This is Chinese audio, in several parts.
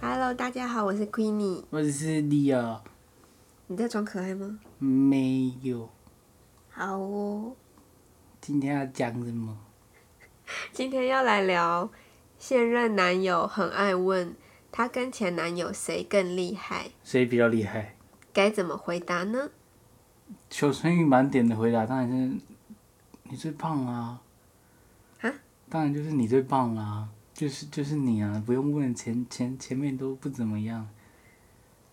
Hello，大家好，我是 Queenie。我只是 Leo，你在装可爱吗？没有。好哦，今天要讲什么？今天要来聊现任男友很爱问他跟前男友谁更厉害，谁比较厉害？该怎么回答呢？求生欲满点的回答当然是你最棒啊！啊？当然就是你最棒啦、就是就是你啊，不用问前前前面都不怎么样。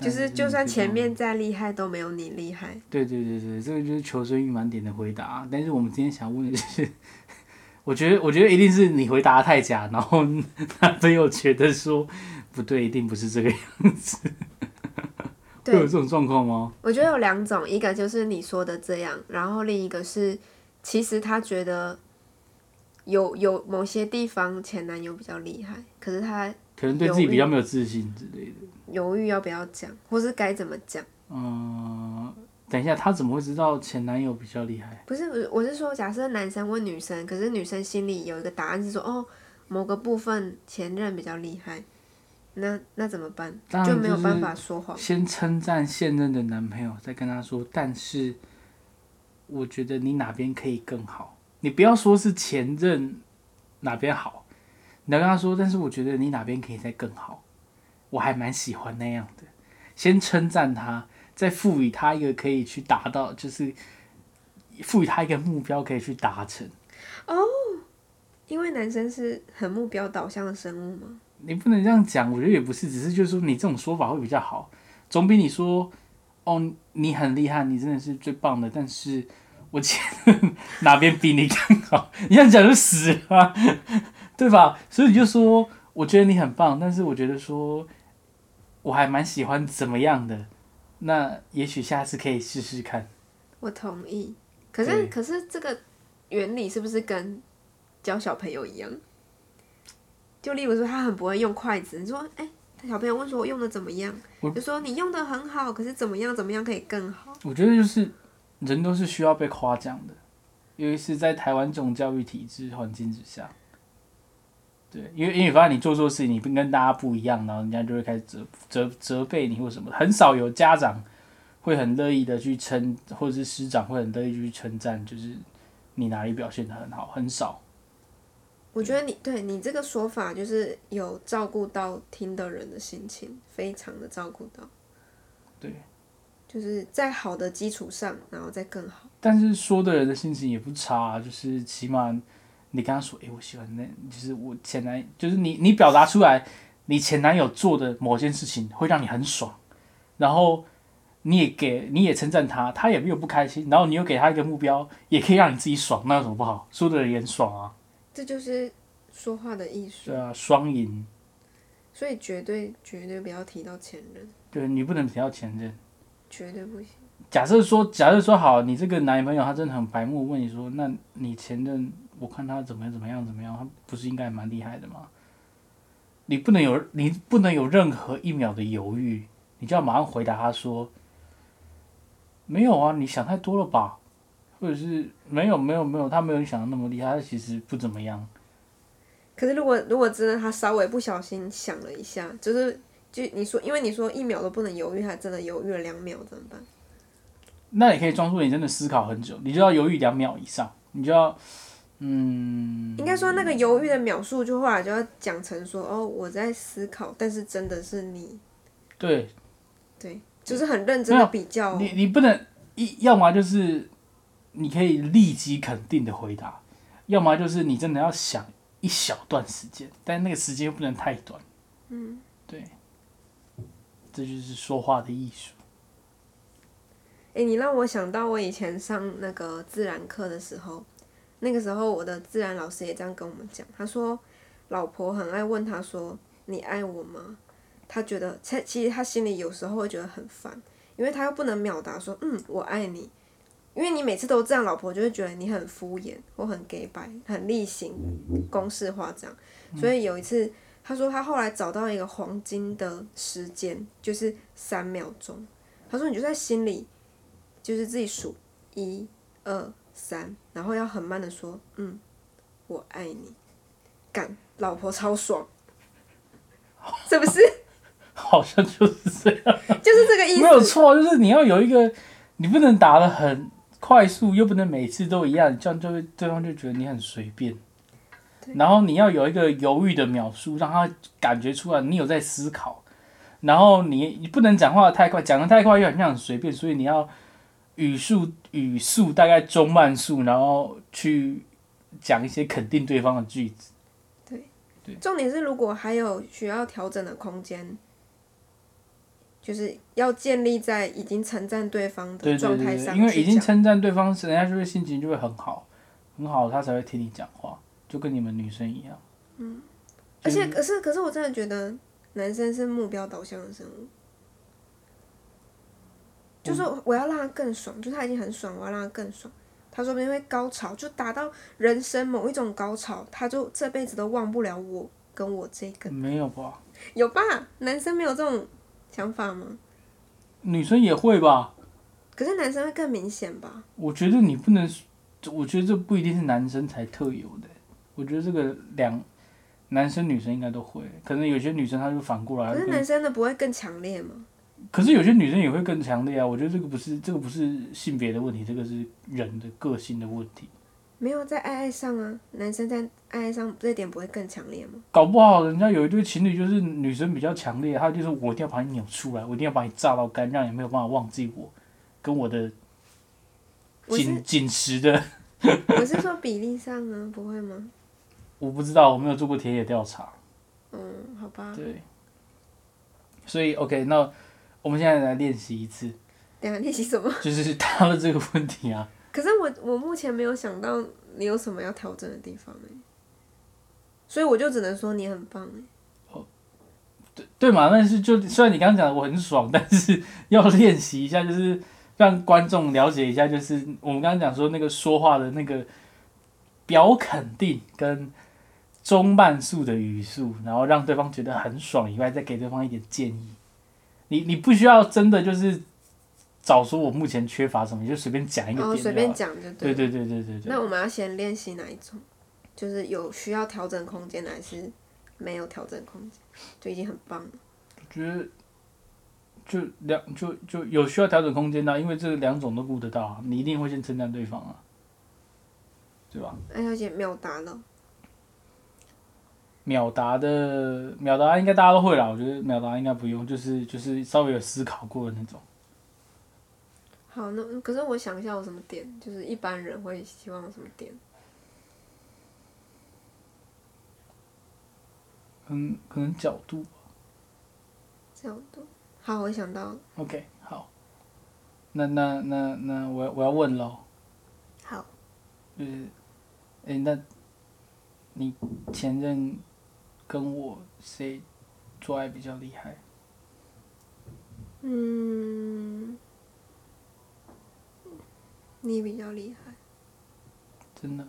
就是当然就算你最棒前面再厉害，都没有你厉害。对对对对，这个就是求生欲满点的回答。啊但是我们今天想问的是， 我觉得我觉得一定是你回答得太假，然后 男朋友觉得说不对，一定不是这个样子。会 对有这，种状况吗？我觉得有两种，一个就是你说的这样，然后另一个是其实他觉得有有某些地方前男友比较厉害，可是他可能对自己比较没有自信之类的。犹豫要不要讲，或是该怎么讲。嗯，等一下，她怎么会知道前男友比较厉害？不是，我我是说，假设男生问女生，可是女生心里有一个答案是说，哦，某个部分前任比较厉害，那那怎么办？当然就没有就是办法说谎。先称赞现任的男朋友，再跟他说，但是我觉得你哪边可以更好。你不要说是前任哪边好，你要跟他说，但是我觉得你哪边可以再更好，我还蛮喜欢那样的。先称赞他，再赋予他一个可以去达到，就是赋予他一个目标可以去达成。因为男生是很目标导向的生物嘛。你不能这样讲，我觉得也不是，只是就是说你这种说法会比较好，总比你说哦你很厉害，你真的是最棒的，但是我觉得哪边比你更好，你这样讲就死了啊， 对吧？所以你就说我觉得你很棒，但是我觉得说我还蛮喜欢怎么样的，那也许下次可以试试看。我同意，可是对可是这个原理是不是跟教小朋友一样？就例如说，他很不会用筷子，你说，哎、小朋友问说我用的怎么样我？就说你用的很好，可是怎么样怎么样可以更好？我觉得就是人都是需要被夸奖的，尤其是在台湾这种教育体制环境之下。对，因为因为你发现你做错事情，你不跟大家不一样，然后人家就会开始责责责备你或什么的。很少有家长会很乐意的去称，或者是师长会很乐意去称赞，就是你哪里表现的很好，很少。我觉得嗯你对你这个说法就是有照顾到听的人的心情，非常的照顾到，对，就是在好的基础上，然后再更好。但是说的人的心情也不差啊、就是起码你跟他说，哎诶、我喜欢那，就是我前男，就是你你表达出来，你前男友做的某件事情会让你很爽，然后你也给你也称赞他，他也没有不开心，然后你又给他一个目标，也可以让你自己爽，那有什么不好？说的人也很爽啊，这就是说话的艺术对，啊，双赢，所以绝对绝对不要提到前任，对你不能只要前任。绝对不行。假设说，假设说好，你这个男朋友他真的很白目，问你说，那你前任，我看他怎么样怎么样怎么样，他不是应该蛮厉害的吗？你不能有，你不能有任何一秒的犹豫，你就要马上回答他说，没有啊，你想太多了吧，或者是没有没有没有，他没有你想的那么厉害，他其实不怎么样。可是如果如果真的他稍微不小心想了一下，就是就你说，因为你说一秒都不能犹豫，他真的犹豫了两秒怎么办？那你可以装作你真的思考很久，你就要犹豫两秒以上，你就要，嗯。应该说那个犹豫的秒数，就后来就要讲成说哦，我在思考，但是真的是你对，对，就是很认真没的有比较哦、你你不能一，要么就是你可以立即肯定的回答，要么就是你真的要想一小段时间，但那个时间又不能太短。嗯，对，这就是说话的艺术。诶，你让我想到我以前上那个自然课的时候，那个时候我的自然老师也这样跟我们讲，他说老婆很爱问他说你爱我吗？他觉得其其实他心里有时候会觉得很烦，因为他又不能表达说嗯我爱你，因为你每次都这样，老婆就会觉得你很敷衍或很给白，很例行公式化这样。所以有一次他说他后来找到一个黄金的时间，就是三秒钟。他说你就在心里。就是自己数一、二、三，然后要很慢的说，嗯，我爱你，干，老婆超爽，是不是？ 好像就是这样，就是这个意没有思。错，就是你要有一个，你不能打的很快速，又不能每次都一样，这样就会对方就觉得你很随便。然后你要有一个犹豫的秒数，让他感觉出来你有在思考。然后你你不能讲话得太快，讲的太快又很像很随便，所以你要语速语速大概中慢速，然后去讲一些肯定对方的句子。重点是，如果还有需要调整的空间，就是要建立在已经称赞对方对的对状对态对，上因为已去经讲。称赞对方，人家就会心情就会很好，很好，他才会听你讲话，就跟你们女生一样。而且，可是，可是我真的觉得男生是目标导向的生物，就是我要让他更爽，就是他已经很爽，我要让他更爽。他说不定会高潮，就达到人生某一种高潮，他就这辈子都忘不了我跟我这个。没有吧？有吧？男生没有这种想法吗？女生也会吧？可是男生会更明显吧？我觉得你不能，我觉得这不一定是男生才特有的、我觉得这个两男生女生应该都会，可能有些女生她就反过来可是更，男生的不会更强烈吗？可是有些女生也会更强烈啊。我觉得这个不是这个不是性别的问题，这个是人的个性的问题。没有在爱爱上啊，男生在爱爱上这点不会更强烈吗？搞不好人家有一对情侣，就是女生比较强烈，她就是我一定要把你扭出来，我一定要把你炸到干，让你没有办法忘记我，跟我的我是紧紧实的。我是说比例上啊，不会吗？我不知道，我没有做过田野调查。嗯，好吧。对，所以 OK，那我们现在来练习一次，等一下练习什么？ 就是 他的这个问题啊。可是我我目前没有想到你有什么要调整的地方哎、所以我就只能说你很棒哎、对对嘛，但是就虽然你刚刚讲的我很爽，但是要练习一下，就是让观众了解一下，就是我们刚刚讲说那个说话的那个表肯定跟中慢速的语速，然后让对方觉得很爽以外，再给对方一点建议。你你不需要真的就是找说我目前缺乏什么，你就哦随便讲一个然后点就随好便了。讲就对了。对对对对对。那我们要先练习哪一种？就是有需要调整空间的，还是没有调整空间，就已经很棒了。我觉得就两就就有需要调整空间的啊、因为这两种都顾得到、啊，你一定会先称赞对方啊，对吧？哎，小姐没有打扰。秒答的秒答应该大家都会啦，我觉得秒答应该不用，就是就是稍微有思考过的那种。好，那嗯可是我想一下有什么点，就是一般人会希望有什么点？嗯，可能角度。这样的。好，我想到了 OK，好，那那那那我我要问喽，好，就是，诶，那你前任跟我谁做爱比较厉害？嗯，你比较厉害，真的。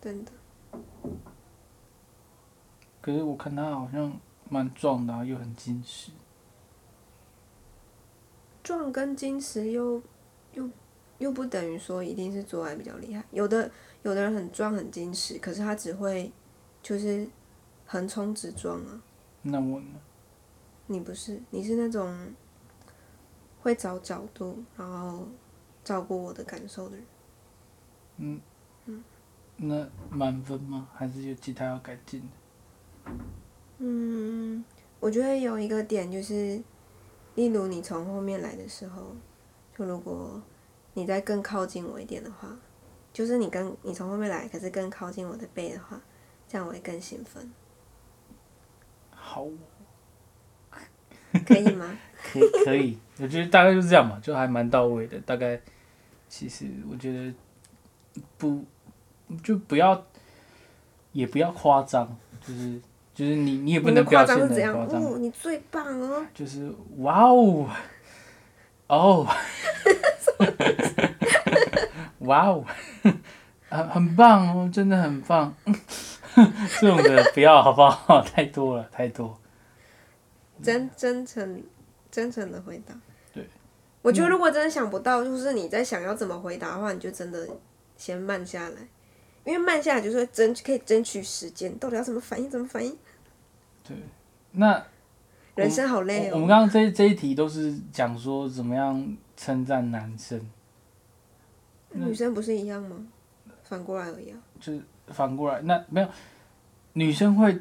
真的。可是我看他好像蛮壮的、啊，又很矜持。壮跟矜持又又又不等于说一定是做爱比较厉害，有的有的人很壮很矜持，可是他只会就是横冲直撞啊。那我呢？你不是，你是那种会找角度，然后照顾我的感受的人。那满分吗？还是有其他要改进的？嗯，我觉得有一个点就是，例如你从后面来的时候，就如果你再更靠近我一点的话，就是你跟你从后面来，可是更靠近我的背的话，这样我会更兴奋，好哦，可以吗？可以可以， 我觉得大概就是这样吧，就还蛮到位的。大概其实我觉得不就不要，也不要夸张，就是就是 你你也不你的能夸表现张的是怎很样？夸张，哦，你最棒哦！就是哇哦，哦，哇哦，很很棒哦，真的很棒，这种的不要好不好？太多了，太多。真真诚真诚的回答。对，嗯我觉得如果真的想不到，就是你在想要怎么回答的话，你就真的先慢下来，因为慢下来就是会争可以争取时间，到底要怎么反应怎么反应。那人生好累我我哦。们刚刚这这一题都是讲说怎么样称赞男生，女生不是一样吗？反过来而已啊。就是反过来那没有女生会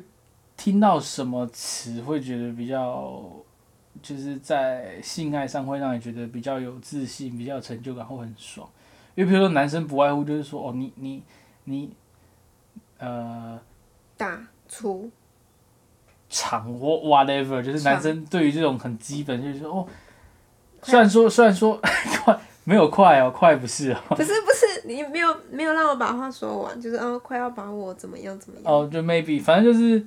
听到什么词会觉得比较，就是在性爱上会让你觉得比较有自信、比较有成就感，会很爽。因为比如说男生不外乎就是说哦你你你，呃大 粗长或 whatever，就是男生对于这种很基本就是说哦，快虽然说虽然说 快没有快哦，快不是哦。不是不是，你没有没有让我把话说完，就是哦，快要把我怎么样怎么样，哦，就 maybe，反正就是，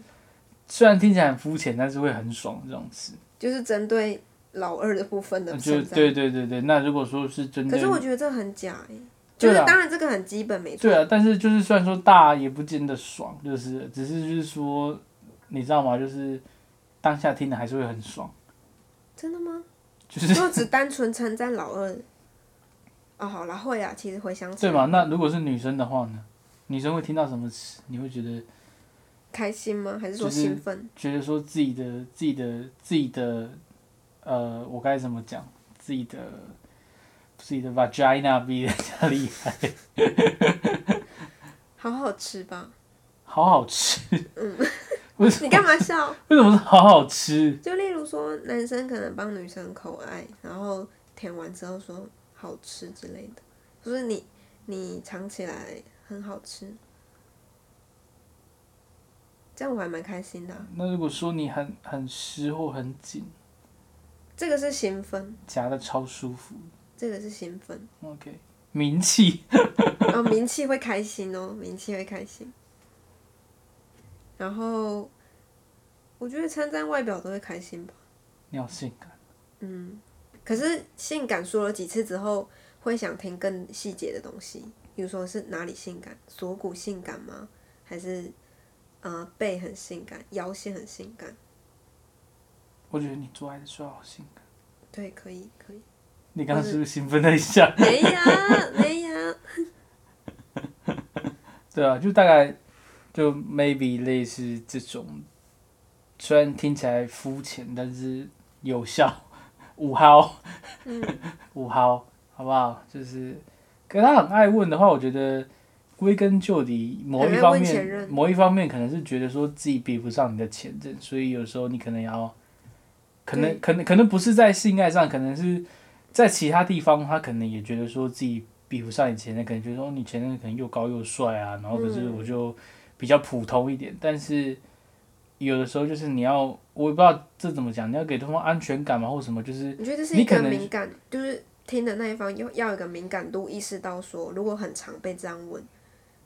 虽然听起来很肤浅，但是会很爽这种词。就是针对老二的部分的就称赞。对对对对，那如果说是针可对是，我觉得这很假哎、就对是啊当然这个很基本没错对，啊，但是就是虽然说大也不见得爽，就是只是就是说，你知道吗？就是当下听的还是会很爽，真的吗？ 就是就只单纯称赞老二。哦，好啦，会啊，其实回想起对来嘛？那如果是女生的话呢？女生会听到什么词？你会觉得开心吗？还是就说是兴奋？觉得说自己的自己的自己的，呃，我该怎么讲？自己的自己的 vagina 比人家厉害，好好吃吧？好好吃。为什你么干嘛笑？为什么是好好吃？就例如说，男生可能帮女生口爱，然后舔完之后说好吃之类的，就是你你尝起来很好吃，这样我还蛮开心的啊、那如果说你很很湿或很紧，这个是兴奋，夹的超舒服这个是兴奋， ，OK，名气然后名气会开心哦，名气会开心。然后我觉得称赞外表都会开心吧。你好性感，嗯，可是性感说了几次之后，会想听更细节的东西，比如说是哪里性感，锁骨性感吗？还是呃背很性感，腰线很性感？我觉得你做爱的时候好性感。对，可以可以。你刚刚是不是兴奋了一下？没呀没呀，对啊，就大概就 maybe 类似这种，虽然听起来肤浅，但是有效，五号，嗯 五号，好不好？就是，可他很爱问的话，我觉得归根究底，某一很爱方问前任面，某一方面可能是觉得说自己比不上你的前任，所以有时候你可能要，可对能可能可能不是在性爱上，可能是在其他地方，他可能也觉得说自己比不上以前任，可能觉得说哦你前任可能又高又帅啊，然后可是嗯我就比较普通一点。但是有的时候就是你要，我也不知道这怎么讲，你要给对方安全感嘛，或什么，就是我觉得这是你一个可能敏感，就是听的那一方要要有一个敏感度，意识到说，如果很常被这样问，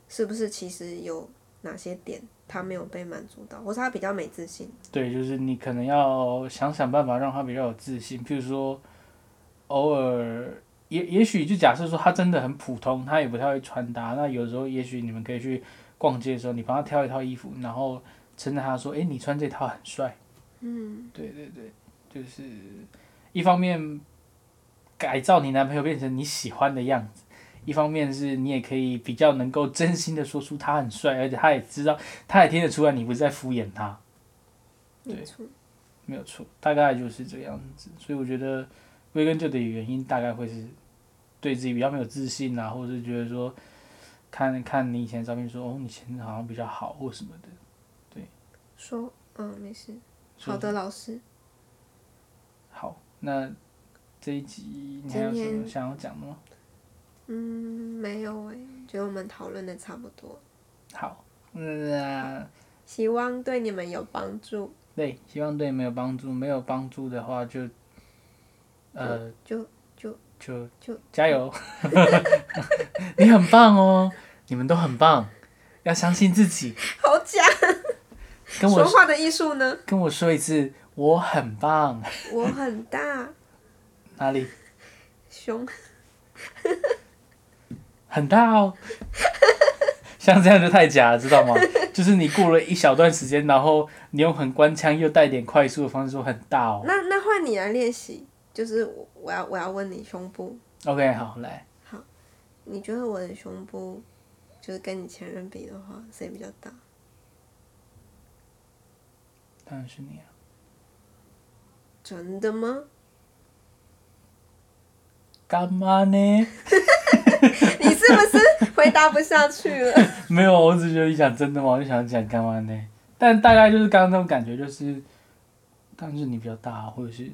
是不是其实有哪些点他没有被满足到，或是他比较没自信？对，就是你可能要想想办法让他比较有自信，譬如说偶尔。也也许就假设说他真的很普通，他也不太会穿搭，那有时候也许你们可以去逛街的时候，你帮他挑一套衣服，然后称赞他说：“诶、你穿这套很帅。”嗯，对对对，就是一方面改造你男朋友变成你喜欢的样子，一方面是你也可以比较能够真心的说出他很帅，而且他也知道，他也听得出来你不是在敷衍他，没错。没有错，大概就是这个样子。所以我觉得归根究底的原因大概会是对自己比较没有自信啊，或者是觉得说看看你以前的照片说哦你以前好像比较好或什么的。说，嗯，没事。所好以的，老师，好，那这一集你还有今什么天想要讲的吗？嗯，没有诶，觉得我们讨论的差不多，好，那希望对你们有帮助，对，希望对你们有帮助。没有帮助的话就，呃，就就就就加油， 你很棒哦，你们都很棒，要相信自己。好假，跟说我话的艺术呢？跟我说一次，我很棒。我很大，哪里胸很大哦？ 像这样就太假了，知道吗？就是你过了一小段时间，然后你用很官腔又带点快速的方式说很大哦。那那换你来练习，就是我我要我要问你胸部， OK，好，来，你觉得我的胸部就是跟你前任比的话，谁比较大？当然是你啊。真的吗？ 干嘛呢？ 你是不是回答不下去了？ 没有，我只觉得你讲真的嘛，我就想讲干嘛呢？但大概就是刚刚那种感觉，就是，当然是你比较大，或者是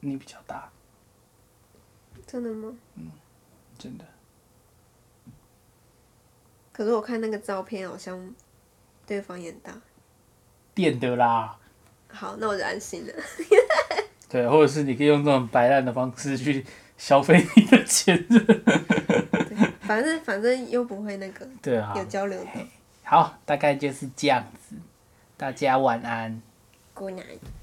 你比较大，真的吗？真的。可是我看那个照片，好像对方也很大。电的啦，好，那我就安心了。对，或者是你可以用这种摆烂的方式去消费你的钱， 对反正反正又不会那个对啊有，交流的。好，大概就是这样子，大家晚安。 Good night。